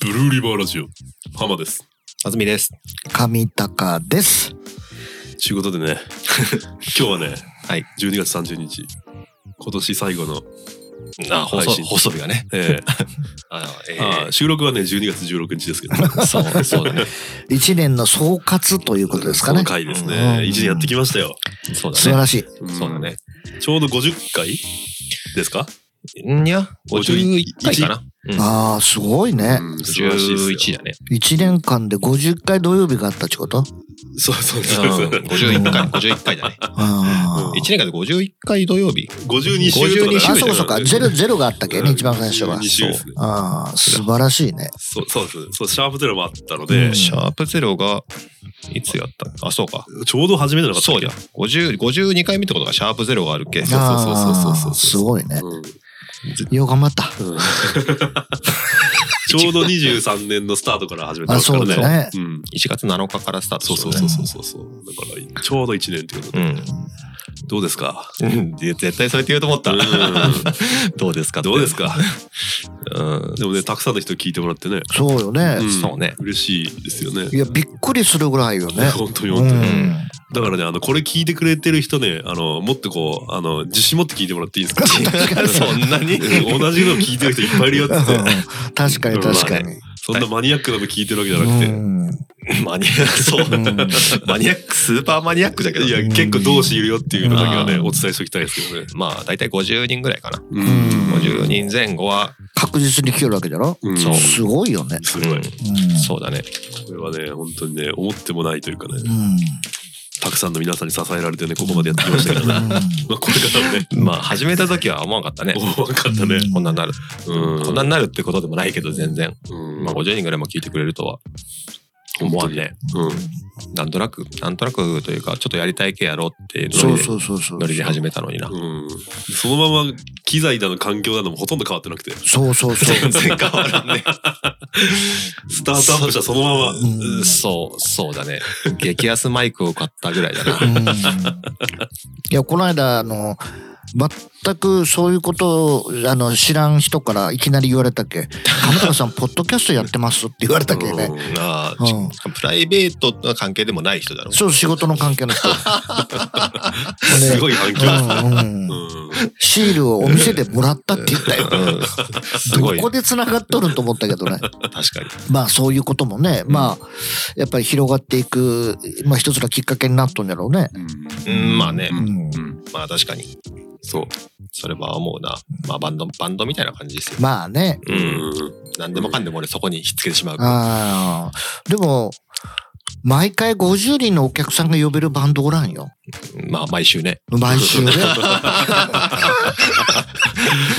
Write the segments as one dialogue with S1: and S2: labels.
S1: ブルーリバーラジオ浜です
S2: あずみです。
S3: 上高です。
S1: ちゅうこと でね今日はね、
S2: はい、
S1: 12月30日今年最後の、
S2: あ、放送
S1: 配信
S2: 放送日がね。
S1: え
S2: あ え
S1: ーあー収録はね12月16日ですけど、ね、
S2: ーそう、そう だね。
S3: 一年の総括ということですか
S1: この
S3: ね。
S1: 回です
S3: う
S1: ね
S3: ん
S1: 一年やってきましたよ、
S2: そう
S3: 素晴
S2: だね。
S3: らしい。
S1: うん
S2: そうだね。
S1: ちょうど50回ですか、
S2: んいや、51回かな。うん
S3: ああ、すごいね。
S1: うん素晴らしいです
S2: 51
S1: よ
S2: だね。
S3: 一年間で50回土曜日があったってこと
S1: そうそう
S2: う
S1: そうそ
S2: ん
S1: う、
S2: 51回、51回 だね。
S3: あ
S2: 1年間で51回土曜日。
S1: 52週とか
S3: あ、
S1: だ
S2: 52週
S3: あそうかそうか。ゼロ、ゼロがあったっけね、一番最初は
S1: 2。週ですね
S3: ああ、素晴らしいね。
S1: そうそうですそうシャープゼロもあったので、
S3: うん
S2: シャープゼロが、いつやったあ、そうか。
S1: ちょうど始めたのかった
S2: そ
S1: っ
S2: う
S1: け
S2: だ。50 52回目ってことがシャープゼロがあるっけ。
S1: そうそうそうそうそうそう
S3: あーすごいね。
S1: うん
S3: よう頑張った。
S1: ちょうど23年のスタートから始めてま
S3: あ、
S1: すから
S3: そう
S1: ね。
S3: だね。
S1: うん、
S2: 1月7日からスタート
S1: そう
S2: す
S1: そ
S2: る
S1: う
S2: ね
S1: そうそうそうそう。だからちょうど1年ってことで、どうですか。
S2: うん。 で絶対そうやって言うと思った。
S1: うん
S2: どうですかって
S1: どうですか。
S2: うん。
S1: でもねたくさんの人聞いてもらってね。
S3: そうよね。
S1: ん
S2: そうね
S1: 嬉しいですよね
S3: い。や、びっくりするぐらいよ ね。
S1: 本当に
S3: う
S1: 本当に。
S3: ん。
S1: だからねあのこれ聞いてくれてる人ねあのもっとこうあの自信持って聞いてもらっていいですか。
S2: そんなに
S1: うん同じの聞いてる人いっぱいいるよ っつって。
S3: 確かに確かに。
S1: そんなマニアックなの聞いてるわけじゃなくて。
S3: うん
S2: マニアック、そ う。
S3: うん
S2: マニアック、スーパーマニアックだけど。
S1: いや結構同志いるよっていうのだけはね
S2: うん
S1: お伝えしておきたいですけどね。
S2: まあ、大体50人ぐらいかな。
S1: うん
S2: 50人前後は、
S3: 確実に聞けるわけだろ
S1: うん
S2: そう
S3: すごいよね。
S1: すごい。
S3: うん
S2: そうだね。
S1: これはね、本当にね、思ってもないというかね、
S3: うん。
S1: たくさんの皆さんに支えられてね、ここまでやってきましたけどね。まあ、これからもね、
S2: まあ、始めた時は思わなかったね。
S1: 思わなかったね。
S2: こんなになる。
S1: うん。
S2: こんなになるってことでもないけど、全然。
S1: うん、
S2: まあ、50人ぐらいも聞いてくれるとは思わんね。
S1: うん。
S2: なんとなく、なんとなくというか、ちょっとやりたい系やろうっていう
S3: そ
S2: ノ
S3: う
S2: リで
S3: そうそうそう。
S2: ノリで始めたのにな。
S1: うん。そのまま、機材だの、環境だのもほとんど変わってなくて、
S3: そうそうそう。
S2: 全然変わらんね。
S1: スタートアップしたそのまま、
S3: うん
S2: うんそう、そうだね。激安マイクを買ったぐらいだな。
S3: うんいや、この間、あの、全くそういうことをあの知らん人からいきなり言われたっけ「亀田さんポッドキャストやってます」って言われたっけね、
S1: うん
S2: あ
S3: う
S2: あ、
S3: ん、
S2: プライベートの関係でもない人だろう。
S3: そう仕事の関係の人
S1: すごい反響
S3: うんうん
S1: うん。
S3: シールをお店でもらったって言ったよ
S2: うん、すごい
S3: どこで繋がっとるんと思ったけどね
S2: 確かに。
S3: まあそういうこともね、まあやっぱり広がっていく、まあ、一つのきっかけになっとんやろうね。
S1: う
S2: うん、まあね、
S3: うん
S1: ん。
S3: ん
S1: うん。
S2: まあ確かに、
S1: そう。
S2: それは思うな。まあバンド、バンドみたいな感じですよ。
S3: まあね。
S2: う。
S1: うんん。
S2: 何でもかんでも俺そこに引っつけてしまうから。
S3: ああ。でも、毎回50人のお客さんが呼べるバンドおらんよ。
S2: まあ毎週ね。
S3: 毎週 ね。
S1: ま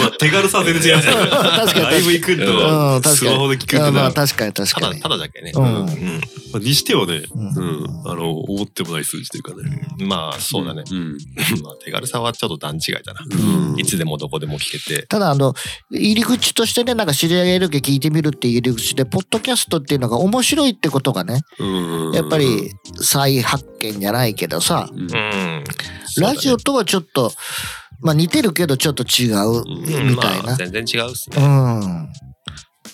S1: あ、手軽さは全然違う。
S3: 確かに確かに
S1: ライブ行くん
S3: う
S1: と
S3: ん確かに
S1: スマホで聞く
S3: あ
S1: ん
S3: ーま
S1: だ
S3: あ確かに確
S2: た
S3: か
S2: だ、
S3: に
S2: た。だだけね。
S3: うん
S1: まあにしてはね、
S3: うん
S1: うん。あの、思ってもない数字というかね。
S2: うんまあそうだね。
S1: うん。
S2: まあ手軽さはちょっと段違いだな。
S1: うん
S2: いつでもどこでも聞けて。
S3: ただあの入り口としてねなんか知り合いがいるけ聞いてみるっていう入り口でポッドキャストっていうのが面白いってことがね
S1: うん
S3: やっぱり再発見じゃないけどさ
S1: うん
S2: うん。
S3: ラジオとはちょっと、まあ、似てるけどちょっと違う
S2: うん
S3: みたい
S2: まあ
S3: な。
S2: 全然違うっすね。
S3: うん。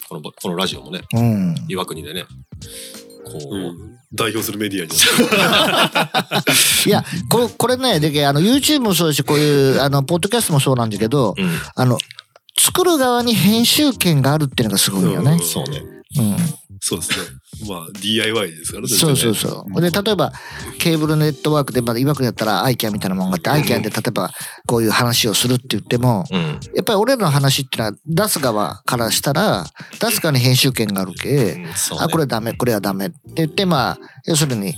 S2: この、このラジオもね、
S3: うん。
S2: 岩国でね。こう、
S1: うん代表するメディアに。
S3: いや、ここれね、で、あの、YouTube もそうだし、こういう、あの、ポッドキャストもそうなんだけど、
S2: うん。
S3: あの、作る側に編集権があるっていうのがすごいよね。
S2: そうね。
S3: うん。
S1: そうですね。まあ DIY ですからね。
S3: そうそう
S1: う。
S3: そう。で、例えば、ケーブルネットワークで、まあ、いわくやったら、アイキャンみたいなもんがあって、アイキャンで例えば、こういう話をするって言っても、
S2: うん。
S3: やっぱり俺らの話っていうのは、出す側からしたら、出す側に編集権があるけ、
S2: うんそうね
S3: あこれダメこれはダメって言ってまあ要するに、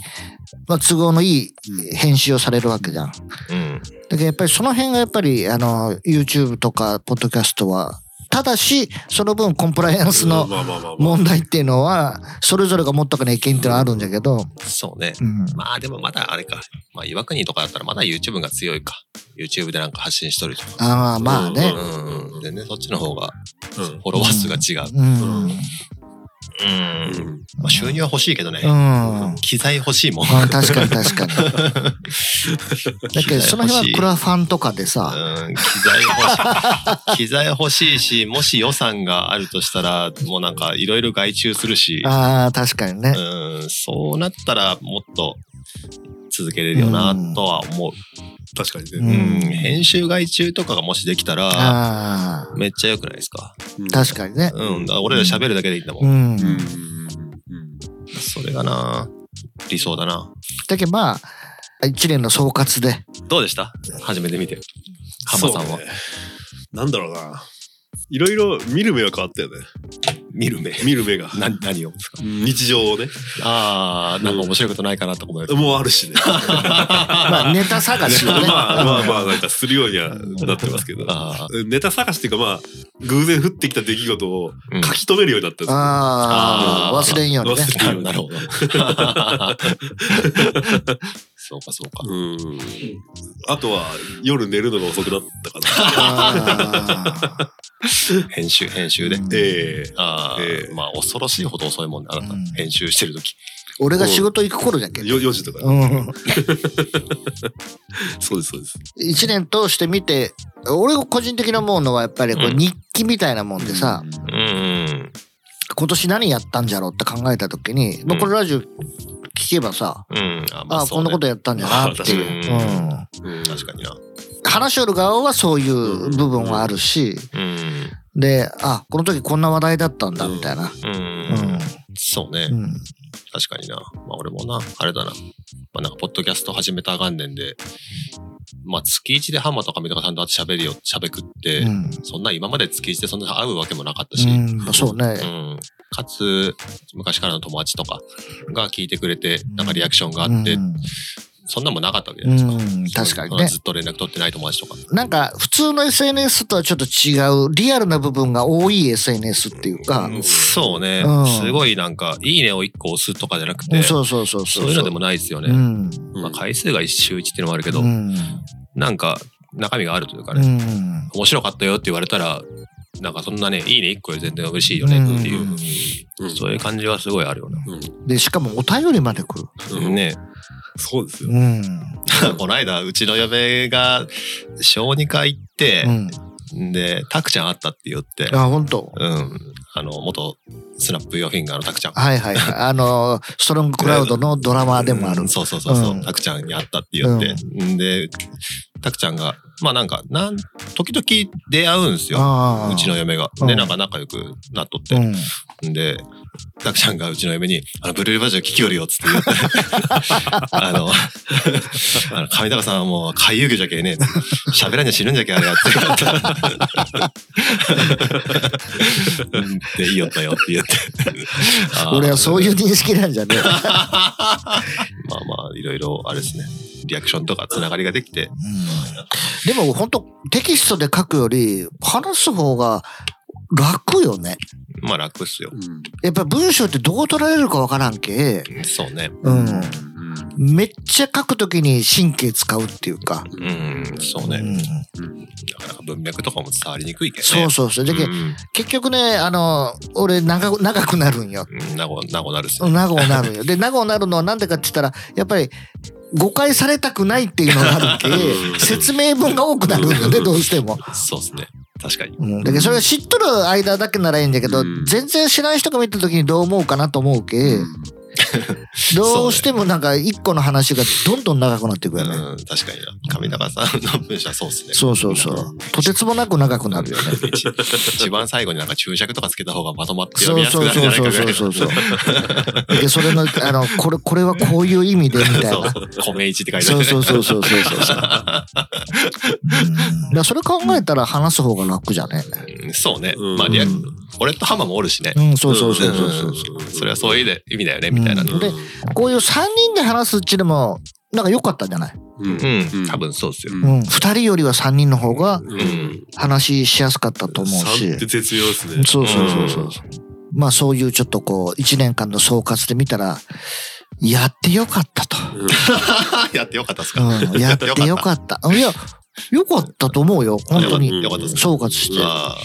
S3: まあ、都合のいい編集をされるわけじゃん。だ
S2: うん。
S3: けどやっぱりその辺がやっぱりあの YouTube とかポッドキャストはただしその分コンプライアンスの
S1: まあまあまあまあ。
S3: 問題っていうのはそれぞれが持っとかな意見っていうのはあるんだけど、
S2: そうね。
S3: うん、
S2: まあでもまだあれか。まあ岩国とかだったらまだ YouTube が強いか。YouTube でなんか発信しとるとか。
S3: ああまあね。
S2: うん。全然そっちの方がフ
S1: うん
S2: ォロワー数が違う。
S3: うん
S2: うん
S1: う。ん
S2: まあ、収入は欲しいけどね
S3: う。ん。
S2: 機材欲しいもん。 う
S3: うん、確かに確か に。だけど、その辺はクラファンとかでさ、
S2: ん、機材欲しい。 機材欲しいし、もし予算があるとしたら、もうなんかいろいろ外注するし、
S3: ああ、確かにね。
S2: うん、そうなったらもっと続けれるよなとは思う。
S1: 確かに
S3: う
S1: ね。
S2: うんん、編集外注とかがもしできたら、
S3: ああ、
S2: めっちゃ良くないですか。
S1: うん
S3: 確かにね。
S2: うん、だから俺ら喋るだけでいいんだもん。
S3: うん。
S1: うん
S2: それがな、理想だな。
S3: だけど、まあ、一年の総括で、
S2: どうでした初めて見て。ハマさんは。
S1: そうねなんだろうな。いろいろ見る目が変わったよね。
S2: 見る目。
S1: 見る目が。
S2: な何を
S1: うん日常をね。
S2: ああ、なんか面白いことないかなと思う。
S1: もうあるしね。
S3: まあ、ネタ探しを
S1: ま
S3: ね。
S1: あまあまあ、なんかするようにはなってますけど。
S2: あ
S1: ネタ探しっていうかまあ、偶然降ってきた出来事を
S2: うん
S1: 書き留めるようになったんですよ
S3: ああ、忘れんようにね。
S1: 忘れんように
S2: なるほど。そうかそうか。
S1: うん。あとは、夜寝るのが遅くなったかな。
S3: あ
S2: 編集、編集で。
S3: ー
S1: ええ
S2: ああ、
S1: ええ
S2: まあ恐ろしいほど遅いもんね、あなた。
S3: うん
S2: 編集してる時
S3: 俺が仕事行く頃じゃんけど。
S1: よ4時とか、
S3: うん。
S1: そうですそうです
S3: 一年通して見て、俺が個人的に思うのはやっぱりこ
S2: う
S3: うん日記みたいなもんでさ、
S2: うん。
S3: 今年何やったんじゃろうって考えた時に、まあ、このラジオ聞けばさ、
S2: うん。あ、
S3: ああ、こんなことやったんじゃなっていう。
S2: まあそう
S3: う
S2: ね
S3: ん
S1: うん
S2: と。確かにな。
S3: 話しよる側はそういう部分はあるし、
S2: うん。
S3: で、あ、この時こんな話題だったんだ、みたいな。
S2: う
S3: うんん。。
S2: そうね。
S3: うん。
S2: 確かにな。まあ俺もな、あれだな。まあなんか、ポッドキャスト始めた元年で、まあ月一でハンマーとか三鷹さんと会って喋るよ、喋くって、
S3: うん
S2: そんな今まで月一でそんな会うわけもなかったし、
S3: うん。そう
S2: う
S3: ね。
S2: ん、かつ昔からの友達とかが聞いてくれてなんかリアクションがあって、
S3: うん
S2: そんなもんなかったわけじゃ
S3: う
S2: ないですか。
S3: ん。確か
S2: う
S3: に
S2: ん
S3: ね
S2: ず。っと連絡取ってない友達とか。
S3: なんか、普通の SNS とはちょっと違う、リアルな部分が多い SNS っていうか、
S1: ん
S2: そうね、
S3: うん
S2: すごいなんか「いいね」を1個押すとかじゃなくて、
S3: うん
S2: そう
S3: そうそうそうそう。
S2: いうのでもないですよね。
S3: うん。
S2: まあ、回数が一周一っていうのもあるけ
S3: う
S2: ど、
S3: ん。
S2: なんか中身があるというか
S3: う
S2: ね、
S3: ん。
S2: 面白かったよって言われたらなんかそんなね「いいね」1個より全然嬉しいよねっていう、
S3: うん
S1: うん
S2: そういう感じはすごいあるよね。
S1: うん
S3: で、しかもお便りまで来る。
S1: うん
S2: ね
S1: そうですよ
S3: うん。
S2: この間うちの嫁が小児科行って
S3: う、ん。
S2: でタクちゃんあったって言って
S3: あ、本当。
S2: うんあの元スナップ用フィンガーのタクちゃん
S3: はいはいはい。あの、ストロングクラウドのドラマーでもある
S2: うん。そうそうそうそう、
S3: うん
S2: タクちゃんに会ったって言って、ん、でタクちゃんがまあなんかなん時々出会うんですよ
S3: ああ
S2: うちの嫁が
S3: うん
S2: でなんか仲良くなっとって、
S3: うん。
S2: んで、たくちゃんがうちの嫁に、あの、ブルーレイバージョン聞きよるよ、つって言って。 あの、あの、上高さんはもう、海遊魚じゃけえねえ。喋らんにゃ死ぬんじゃけえ、あれはって言って。うんって、いいよったよって言って。あー
S3: 俺は そういう認識なんじ ゃね
S2: まあまあ、いろいろ、あれですね。リアクションとかつながりができて。
S3: え。でも本当テキストで書くより話す方が楽よね。
S2: まあ楽っすよ。
S1: うん
S3: やっぱ文章ってどう取られるかわからんけ。
S2: そうね。
S3: うん。
S1: うん
S3: めっちゃ書くときに神経使うっていうか。
S2: うん、そう
S3: う
S2: ね。
S3: ん、
S2: なかなか文脈とかも伝わりにくいけどね。
S3: そうそうそう。だけど
S2: うん
S3: 結局ね、あの、俺長く、長くなるんよ。
S2: うん。なご、なごなるっすよ。
S3: 長くなるんよ。で、長くなるのはなんでかって言ったら、やっぱり誤解されたくないっていうのが あるけ、説明文が多くなるんよね、どうしても。
S2: そうっすね。確かに。
S3: うん、だけどそれを知っとる間だけならいいんだけど、
S1: うん
S3: 全然知らん人が見た時にどう思うかなと思うけ、どうしてもなんか一個の話がどんどん長くなっていくよね、
S2: うん、確かにな。上中さんの文章はそうですね。
S3: そうそうそうとてつもなく長く なるよね
S2: 一一番最後になんか注釈とかつけた方がまとまって読
S3: そ
S2: み
S3: う
S2: やす
S3: そ
S2: く
S3: う
S2: なるんじ
S3: そ
S2: ゃないか
S3: うそう
S2: ぐらいの
S3: そうそうそうでそれのあのこれこれはこういう意味でみたいな
S2: そう米一って書いてある
S3: そう
S2: ね
S3: そうそうそうそうそうそううんだからそれ考えたら話す方が楽じゃね
S2: うんそうね。
S1: うん
S2: まあ、リア
S3: う
S2: ル
S3: ん。
S2: 俺とハマもおるしね
S3: う。んそうそうそうそうそう
S2: うんそれはそういうで意味だよね、みたいな。
S3: うんでこういう3人で話すうちでもなんか良かったんじゃない、
S1: うんうん
S2: うん、多分そうっすよ。
S3: うん、2人よりは3人の方が
S1: う
S2: うんん。
S3: 話しやすかったと思う
S1: 3
S3: し
S1: っ。て絶妙ですね
S3: そうそうそうそう。まあそういうちょっとこう、一年間の総括で見たら、やってよかったと。
S1: うん
S2: やってよかったっすか
S3: うん、やってよかった。いや、よかったと思うよ、本当
S1: うん
S3: に。
S2: よかったっすか
S3: 総括して。
S2: まあ、あ、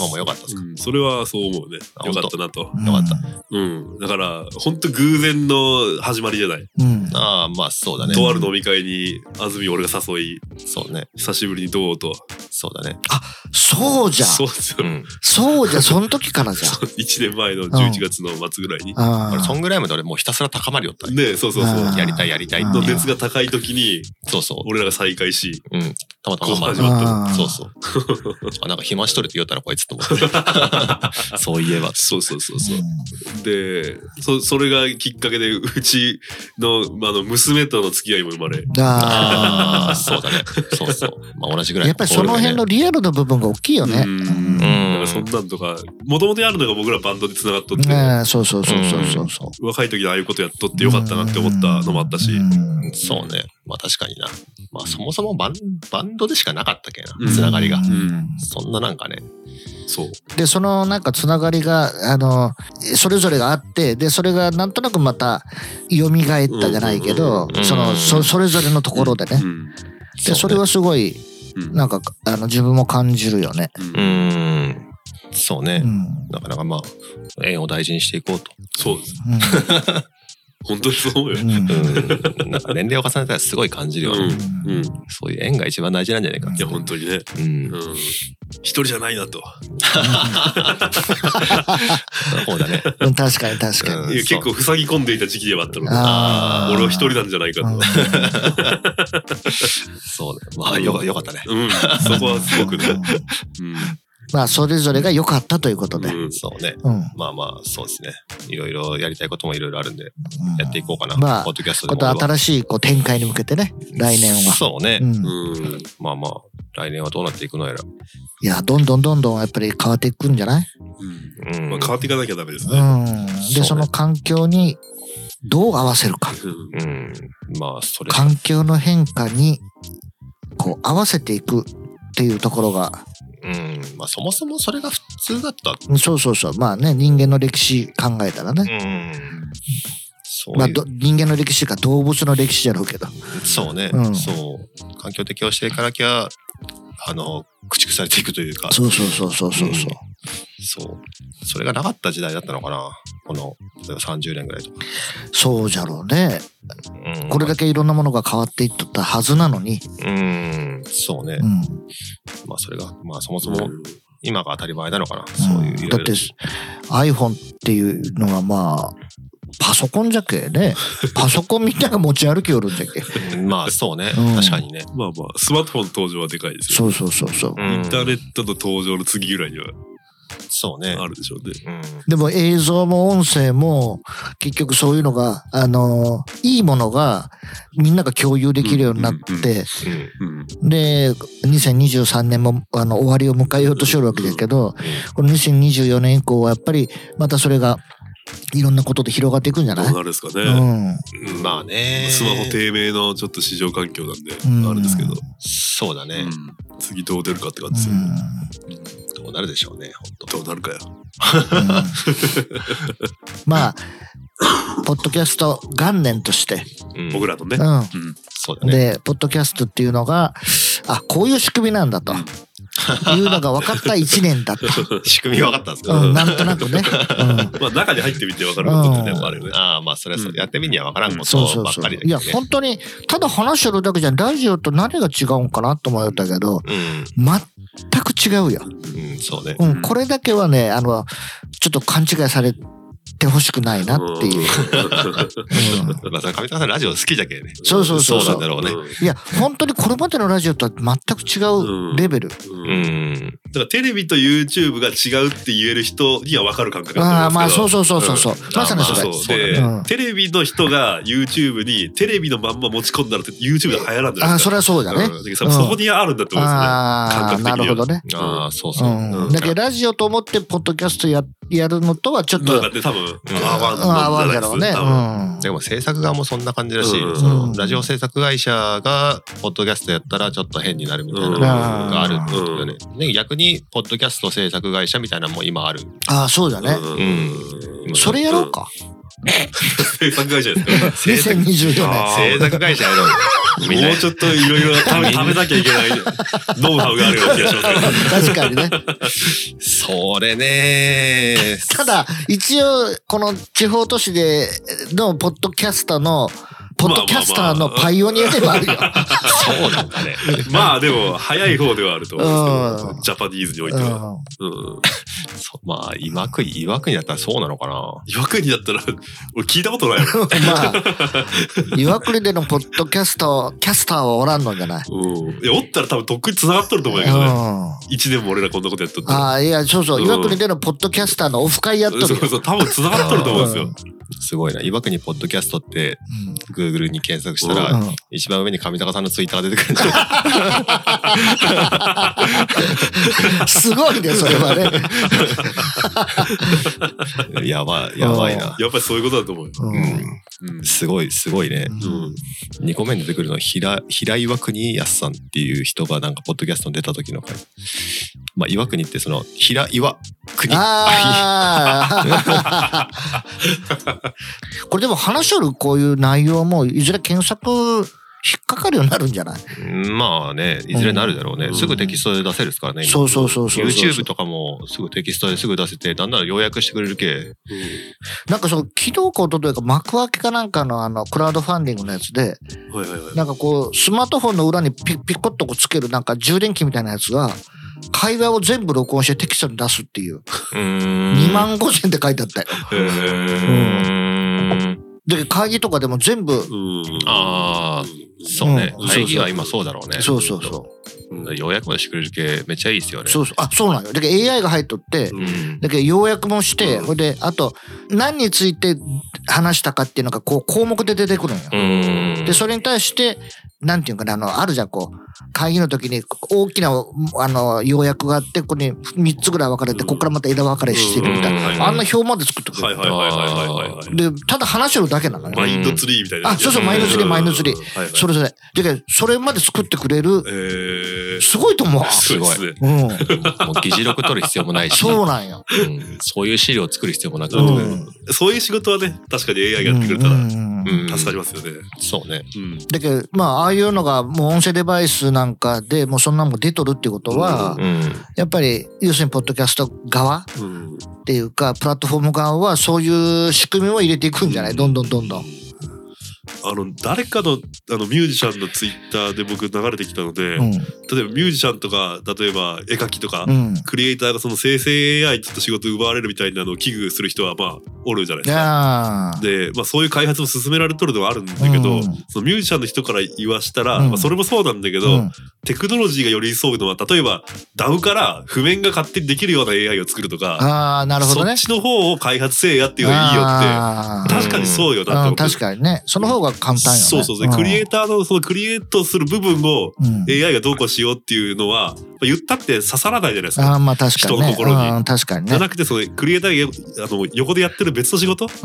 S2: まあもうよかったですか。
S1: うんそれはそう思うね
S2: あ
S1: よか
S2: 本当
S1: ったなと
S3: うん
S2: よかった
S1: うんだから本当偶然の始まりじゃない、
S3: うん。
S2: ああ、まあそうだね。
S1: とある飲み会に安住俺が誘い
S2: そうね。
S1: 久しぶりにどうと
S2: そうだね。
S3: そうじゃん。
S1: そうです
S2: う
S1: よ、
S2: ん。
S3: そうじゃん。その時か らじゃん。
S1: 1年前の11月の末ぐらいに、
S3: あ
S2: 俺、そ
S3: ー
S2: んぐらいまで俺もうひたすら高まりよったね。
S1: ねそうそうそう
S3: あー
S2: やりたいやりたいって
S1: の
S2: いう
S1: 熱が高い時に
S2: そうそ
S1: 俺らが再会し
S2: う。うん。たまた
S1: こ
S2: ま
S1: う
S2: まあ
S1: 始まったの
S3: あー
S2: そうそう。 あ、なんか暇しとるって言ったらこいつと思って。そういえば。
S1: そうそうそうそううんでそそれがきっかけでうちの,、まあ、あの娘との付き合いも生まれ
S3: あ
S2: ああ、そうだね。そうそう。まあ同じぐ
S3: ー
S2: らい。
S3: やっぱりその辺のリアルな部分が大きいよね。
S1: う
S3: うん
S1: んだからそん
S2: ん
S1: なんとかもともとやるのが僕らバンドでつながっとって、
S3: ねえそうそうそうそうそうそ
S1: 若い時のああいうことやっとっ
S3: う。
S1: てよかったなって思ったのもあったし、
S3: うん
S2: そうね。まあ確かにな。まあそもそもバンバンドでしかなかったっけ
S1: うん
S2: な。つながりが
S3: う。
S1: ん
S2: そんななんかね。
S1: そう
S3: でそのなんかつながりがあのそれぞれがあってでそれがなんとなくまた蘇ったじゃないけど、
S2: うん
S3: そのそそれぞれのところでね、
S1: うん
S3: でそれはすごい
S1: うん
S3: なんかあの自分も感じるよね。
S1: う
S2: うんーん。そうね。
S3: うん
S2: なかなかまあ、縁を大事にしていこうと。
S1: そうです
S3: う
S1: 本当にそう思うよ、
S3: んうん
S2: うん。なんか年齢を重ねたらすごい感じるよね。
S1: うんうん、い
S2: そういう縁が一番大事なんじゃないかな。
S1: や本当にね、
S2: うん
S1: う。ん、一人じゃないなと
S2: そうだね。
S3: うん確かに確かに。
S2: うん
S1: いや
S2: そ
S1: 結
S2: う
S1: 構塞ぎ込んでいた時期ではあったので
S3: あー
S1: 俺は一人なんじゃないか と、
S2: そうね。まあ、よかよかったね。
S1: うん、そこはすごくね
S3: う、ん
S1: うん
S3: まあそれぞれが良かったということで。
S1: うん
S2: そうね。
S3: うん
S2: まあまあ、そうですね。いろいろやりたいこともいろいろあるんで、
S3: うん
S2: やっていこうかな。
S3: まあ
S2: ポッドキャストで
S3: こ
S2: も
S3: と新しいこう展開に向けてね来年は。
S2: そうね。
S3: う
S1: う
S3: ん
S1: ん
S2: まあまあ、来年はどうなっていくのやら。
S3: いやどんどんどんどんやっぱり変わっていくんじゃない
S1: うん
S2: うん。
S1: まあ、変わっていかなきゃダメです
S3: う
S1: ね、
S3: ん、
S2: そう
S3: で
S2: ね
S3: その環境にどう合わせるか
S1: うん
S2: うん。まあ、それ。
S3: 環境の変化にこう合わせていくっていうところが
S2: うん。まあ、そもそもそれが普通だった。
S3: そうそうそうまあね人間の歴史考えたらね、
S2: うん。そういう。
S3: まあ、ど人間の歴史か動物の歴史じゃろうけど
S2: そうね、
S3: うん
S2: そう環境適応していかなきゃあの駆逐されていくというか
S3: そうそうそうそうそうそう
S2: そうそれがなかった時代だったのかなこの例えば30年ぐらいとか、
S3: そうじゃろうね
S2: うん、
S3: これだけいろんなものが変わっていっとったはずなのに、
S2: うんそうね、
S3: うん
S2: まあそれがまあそもそ
S1: そう
S2: も今が当たり前なのかな、そういうい
S3: だ
S2: ろ
S3: っ
S2: い
S3: て
S2: ろ
S3: iPhone っていうのはまあパソコンじゃけねパソコンみんなが持ち歩きよるんじゃけ
S2: まあそうね、
S3: うん
S2: 確かにね、
S1: まあまあスマートフォン登場はでかいですよ
S3: そうそうそうそう
S2: うん
S1: インターネットの登場の次ぐらいには
S2: そうね
S1: あるでしょうね。
S2: うん
S3: でも映像も音声も結局そういうのが、あのーいいものがみんなが共有できるようになって、
S1: うんうんうん、
S3: で、2023年もあの終わりを迎えようとしよるわけだけど、この2024年以降はやっぱりまたそれがいろんなことで広がっていくんじゃ
S1: ど
S3: ないう
S1: なるんですか
S3: う
S1: ね。
S3: ん。
S2: うんまあね
S1: スマホ低迷のちょっと市場環境なんで、
S3: ん
S1: あれですけど、
S2: そうだ
S1: う
S2: ね、
S1: ん次どう出るかって感
S3: う
S1: じですよ、
S3: ん
S2: どうなるでしょうね
S1: どうなるかよ。
S3: うんまあ、ポッドキャスト元年として、
S2: 本当、うん、
S1: 僕らのね
S3: う。ん。
S1: うん
S2: そうだね
S3: で、ポッドキャストっていうのが、あ、こういう仕組みなんだと。 いうのが分かった一年だった。
S2: 仕組み分かったんですか、
S3: うん、なんとなくね。
S1: まあ中に入ってみて分かることってね、
S3: うん
S1: あるよね。
S2: ああまあそれはそう、
S1: うん
S2: やってみには分からん
S3: う
S2: こ
S3: ん、そうそ
S2: と
S3: う
S2: ばっ
S3: そ
S2: か
S3: う
S2: り。だ
S3: い
S2: けど
S3: や、
S2: ね、
S3: 本当に、ただ話してるだけじゃん、ラジオと何が違うんかなと思うんだけど、全く違うよ。
S2: うん、うん、そうね、
S3: うん、これだけはね、あの、ちょっと勘違いされてほしくないなっ ていう。うん
S2: まあそれ上田さんラジオ好きじゃけね
S3: そうそうそうそう
S2: なんだろうね
S3: いや、本当にこれまでのラジオとは全く違うレベル。
S1: うん
S2: う
S1: うんだか
S2: ん
S1: らテレビと YouTube が違うって言える人には分かる感覚
S3: あ
S1: だと
S3: あ、
S1: 思
S3: ま
S1: うん
S3: あ、
S1: ですけど。
S3: そうそうそうそう。うまさに
S2: あ
S3: そ
S1: そ
S3: れ
S1: う。
S2: そう
S1: で、
S3: うん
S1: テレビの人が YouTube にテレビのまんま持ち込んだら YouTube が流行らんじゃな
S3: あ
S1: い
S3: あ、
S1: ですか。
S3: それはそうだね。
S1: うんだからそそこにあるんだと思うんですよね。
S3: ああ、
S1: 感
S3: な
S1: 覚的に
S3: るほ
S1: は
S3: どね。
S2: ああそうそう、
S3: うん、だけどラジオと思ってポッドキャストややるのとはちょっ
S1: なん
S3: と
S1: かね多分
S2: 合わ
S1: ん
S3: うん合わんだろうね。うん
S2: でも制作側もそんな感じだし、
S1: うん
S2: そのラジオ制作会社がポッドキャストやったらちょっと変になるみたいなのがあるんだよね、で逆にポッドキャスト制作会社みたいなのも今ある
S3: ああそうだね。
S1: うん
S2: うん
S3: それやろうか。
S1: 制作会社ですから。
S3: 2024年。
S1: あー
S2: 制作会社やろうよ。みんな
S1: もうちょっといろいろ食べ食べなきゃいけないノウハウがあるような気がしますけど。
S3: 確かにね。
S2: それね
S3: ただ、一応、この地方都市でのポッドキャスターの、ポッドキャスターのパイオニアでもあ るよ。
S2: そうなんだね。
S1: まあでも、早い方ではあると思うんですけ
S3: うん
S1: ど、ジャパニーズにおいて
S3: う
S1: は。
S3: ん
S1: うん。
S2: そう まあ、岩国、岩国だったらそうなのかな。
S1: 岩国だったら、 俺聞いたことないよ。
S3: まあ、岩国でのポッドキャスト、キャスターはおらんのじゃない。
S1: うん。いや、おったら多分とっくに繋がっとると思
S3: う
S1: うん
S3: ん
S1: やけどね。一年も俺らこんなことやっとったら。
S3: ああ、いや、そうそう、
S1: うん
S3: 岩国でのポッドキャスターのオフ会やっと
S1: そ
S3: るよ
S1: う。そう、多分繋がっとると思うんですよ。
S2: すごいな。岩国ポッドキャストって、Google に検索した
S3: う
S2: ら、
S3: んうん
S2: 一番上に上高さんのツイッターが出てくるんじゃない
S3: すごいね、それはね。
S2: やばい、やばいな。
S1: やっぱりそういうことだと思うよ。
S3: うん
S1: うん
S2: うん。すごい、すごいね。
S1: うん
S2: 2個目に出てくるのは平、平岩国康さんっていう人がなんか、ポッドキャストに出た時の回。まあ、岩国ってその、平岩国。
S3: ああ。これでも話しよるこういう内容もいずれ検索引っかかるようになるんじゃない
S2: まあね、いずれなるだろうね。
S1: うん
S2: すぐテキストで出せるですからね。今
S3: そうそうそうそうそう
S2: YouTube とかもすぐテキストですぐ出せて、なんなら要約してくれるけ。
S3: なんかその昨日ことというか幕開けかなんかのあのクラウドファンディングのやつで
S1: はいはいはい。
S3: なんかこうスマートフォンの裏にピピコッとこうつけるなんか充電器みたいなやつが会話を全部録音してテキストに出すっていう
S2: うーん
S3: 2万5千って書いてあったよ。
S2: うーん。
S3: で会議とかでも全部
S1: うん。
S2: ああそうね。
S3: うん
S2: 会議は今そうだろうね。
S3: そうそうそ
S1: うん
S2: 要約までしてくれるけ、めっちゃいいですよ
S3: う
S2: ね。。
S3: そううそうあそうなんよだけど AI が入っとって
S2: ん。
S3: だけど要約もして、
S1: うん
S3: ほいであと何について話したかっていうのがこう項目で出てくるのよ。
S2: うん。
S3: でそれに対してなんていうかなあのあるじゃんこう会議の時に大きなあの要約があってここに3つぐらい分かれて
S1: うん
S3: ここからまた枝分かれしてるみたい
S2: うん
S3: なあんな表まで作ってく
S1: はい
S3: る。
S1: はいはいはいはいはいはい。
S3: でただ話してるだけなの
S1: マ
S3: よ。
S1: インドツリーみたいな。
S3: あそうそう
S1: うん
S2: マインドツリー
S1: うん
S3: マインドツリー
S1: はいはい
S3: それぞれ。だけどそれまで作ってくれる
S1: えー
S3: すごいと思う。
S1: すごいですね。
S3: うん、
S2: もう議事録取る必要もないし、
S3: そうなんよ。
S2: うんそういう資料を作る必要もなく
S1: う
S2: なってくる。
S1: んそういう仕事はね、確かに AI が やってくれた
S3: うん
S1: ら
S3: うんうん
S2: うん
S1: 助かりますよね。
S2: そうね。
S1: うん。
S3: だけど、まあ、ああいうのが、もう音声デバイスなんかでもうそんなのも出とるってことは、
S2: うん。
S3: やっぱり、要するに、ポッドキャスト側っ
S1: うん
S3: ていうか、プラットフォーム側は、そういう仕組みを入れていくんじゃないどんどんどんどん。
S1: あの誰かのあのミュージシャンのツイッターで僕流れてきたので、
S3: うん。
S1: 例えばミュージシャンとか例えば絵描きとか、
S3: うん。
S1: クリエイターがその生成 AI ちょっと仕事奪われるみたいなのを危惧する人はまあおるじゃないですか。
S3: ああ。
S1: で、まあ、そういう開発も進められとるのはあるんだけど、
S3: うん
S1: そのミュージシャンの人から言わしたら、
S3: うん
S1: まあ、それもそうなんだけ
S3: う
S1: ど、
S3: ん
S1: テクノロジーが寄り添うのは例えば DAW から譜面が勝手にできるような AI を作るとか
S3: ああ、なるほど
S1: そ
S3: ね
S1: っ。ちの方を開発せえやっていうのがいいよっ
S3: あ
S1: て
S3: ー
S1: 確かにそうよなって
S3: う
S1: 思っ
S3: ん
S1: て、
S3: 確かにね。その方が簡単よね。
S1: そうそうそう、クリエイターのそのクリエイトする部分を
S3: うん
S1: AI がどうこうしようっていうのは、まあ言ったって刺さらないじゃないです
S3: あ
S1: か。
S3: あ、まあ確かにね。
S1: 人の心に
S3: うん確かに
S1: じ
S3: ね
S1: ゃ。なくてそのクリエイターがあの横でやってる別の仕事を置
S3: 置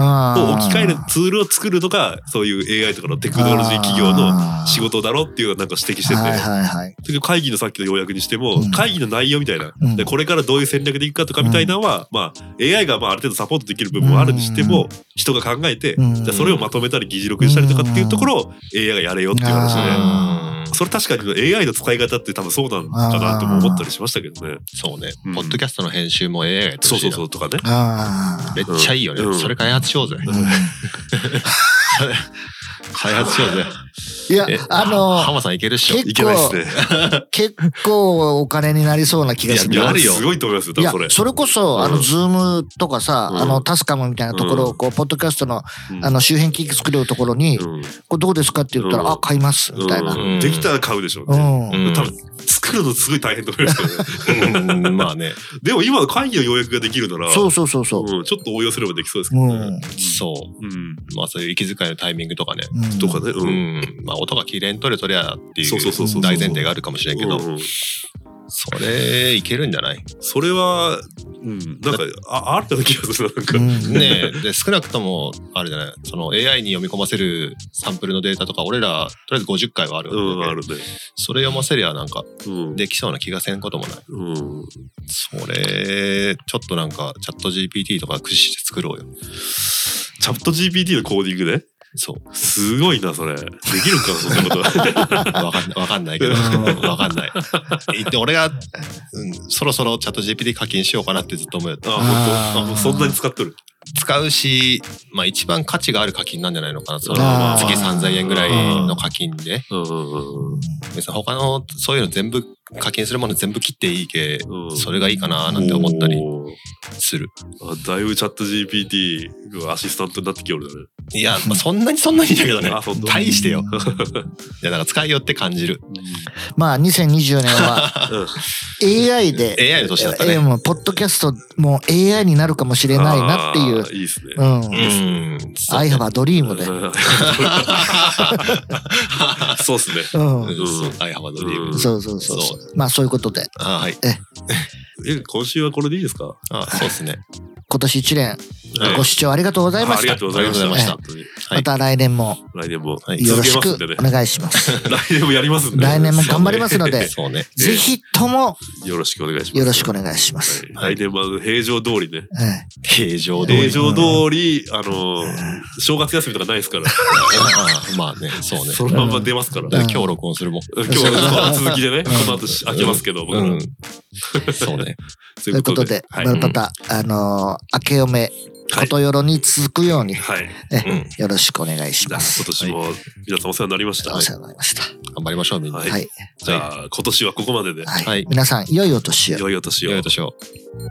S1: き換えるツールを作るとかそういう AI とかのテクノロジー企業の仕事だろっていうのをなんか指摘してて、
S3: はいはいはい。
S1: で会議のさっきの要約にしても、
S3: うん
S1: 会議の内容みたいな、
S3: うん
S1: でこれからどういう戦略でいくかとかみたいなのは、まあ、AI がまあある程度サポートできる部分はあるにしても、人が考えて、
S3: うん
S1: じゃあそれをまとめたり議事録にしたりとかっていうところを AI がやれよっていう話で、
S3: あー
S1: それ確かに AI の使い方って多分そうなんかなとも思ったりしましたけどね。
S2: そうね
S1: う。ん
S2: ポッドキャストの編集も AI がやって
S1: そ
S2: ほ
S1: う
S2: し
S1: そ
S2: いうな
S1: そうとかね。
S3: あ
S2: めっちゃいいよ
S1: うん
S2: ね。それ開発しようぜ。
S3: あ。うん
S2: 開発しようぜ。
S3: いや
S2: え、 ハ
S3: あの、
S2: マさんいけるっしょ。
S3: 結構
S1: いけないですね。
S3: 結構お金になりそうな気がする
S1: い
S2: や
S1: や、
S2: なるよ
S1: すごいと思いますよ、多分
S3: いや
S1: それ。、
S3: それこそ、あ
S1: う
S3: の、
S1: ん
S3: ズームとかさ、
S1: うん
S3: あの、タスカムみたいなところを、こう、ポッドキャストの、
S1: うん
S3: あの、周辺機器作れるところに、
S1: うん
S3: これどうですかって言った
S1: うん
S3: ら、あ、買います、みたいな。
S1: うん
S2: うん
S1: できたら買うでしょうね。
S3: うん。
S2: うん
S1: 多分作るのすごい大変と思いますけどね。
S2: うんまあね。
S1: でも今会議の要約ができるなら、
S3: そうそうそうそう。
S1: うんちょっと応用すればできそうですけ
S3: う
S1: ど
S3: ん。
S1: ね。。
S2: そう
S1: ん。
S2: う。まあそういう息遣いのタイミングとかね。
S3: うん
S1: とかね。う。
S2: うんん。まあ音が綺麗に取れとりゃってい
S1: そうそうそう
S3: そう
S2: う大前提があるかもしれんけど、
S1: うん
S2: それいけるんじゃない
S1: それはうん、なんかああったような気がするなんか、
S3: うん
S2: ねえ、で、少なくとも、あれじゃない、その AI に読み込ませるサンプルのデータとか、俺ら、とりあえず50回はあるわけで、
S1: うんあるね
S2: それ読ませりゃなんか、
S1: うん
S2: できそうな気がせんこともない。
S1: うん
S2: それ、ちょっとなんか、チャット GPT とか駆使して作ろうよ。
S1: チャット GPT のコーディングね
S2: そう。
S1: すごいなそれできるかそんな こと
S2: わかんわかんないけど、
S3: うん
S2: わかんない。で、俺が、うん、そろそろチャット GPT 課金しようかなってずっと思うよ。
S1: あ本当あ
S3: あー
S1: もうそんなに使っとる
S2: 使うし、まあ一番価値がある課金なんじゃないのかな。その
S1: あ
S3: ー
S2: 月3000円ぐらいの課金で。
S1: うんうんうん
S2: 別に他の、そういうの全部、課金するもの全部切っていいけ、
S1: うん
S2: それがいいかななんて思ったり
S1: おー
S2: する。
S1: あだいぶチャット GPT がアシスタントになってきおるだね
S2: いや、まあそんなにそんなにだけどね
S1: あ本。当
S2: 大してよ。いや、だから使いよって感じる。
S3: まあ2024年は AI で
S2: AI の年だったね
S3: AI。もポッドキャストも AI になるかもしれないなっていう
S1: あーいいですね
S3: う
S2: うんん。
S3: 「アイハバドリームで
S1: うん そうですね。
S3: うん
S2: うんそうアイハバドリーム。
S1: ん
S3: そうそうそうそうまあそういうことで
S2: あはい。
S1: え、今週はこれでいいですか。
S2: あそうですね。
S3: 今年一年
S1: はい
S3: ご視聴ありがとうございま
S1: あ
S3: し
S1: り
S3: た
S1: がとうございました。
S2: ありがとう
S1: 本当に
S2: はい
S3: また来年も
S1: 来年も
S2: はい
S3: よ
S1: 続
S3: ろ
S1: け
S3: し
S1: ま
S3: く
S1: すんでね
S3: お。願いします。
S1: 来年もやりますんで。
S3: 来年も頑張ります ので、
S2: そうね。
S1: ええ
S3: ぜひとも
S1: よろしくお願いします。
S3: よろしくお
S1: 願
S3: 願いします。
S1: い来年も平常通りね。
S3: え
S2: 平常通り。
S1: 平常通り、あの、正月休みとかないですから。
S2: ああまあね、そうね。
S1: そのまんま出ますから。
S2: だ
S1: 今
S2: って今日録音するもん。
S1: 日は続きでね、この後し開けますけど、僕ら。
S2: うん。そうね。
S1: と
S3: ということで、
S1: はい。
S3: また、あのー明けおめ、ことよろに続くように、
S1: はい。
S2: うん。
S3: よろしくお願いし
S1: じゃ
S3: ま
S1: あ
S3: す
S1: 今。年も皆さんお世話になりました。
S3: お世話になりました。
S2: 頑張りましょう、みんな。
S1: は
S2: はいい。
S3: はい。
S1: じゃあ今年はここまでで。
S3: はい。
S2: はい
S3: 皆さん、良いお年を。
S1: 良いお年を
S2: よい。しょう。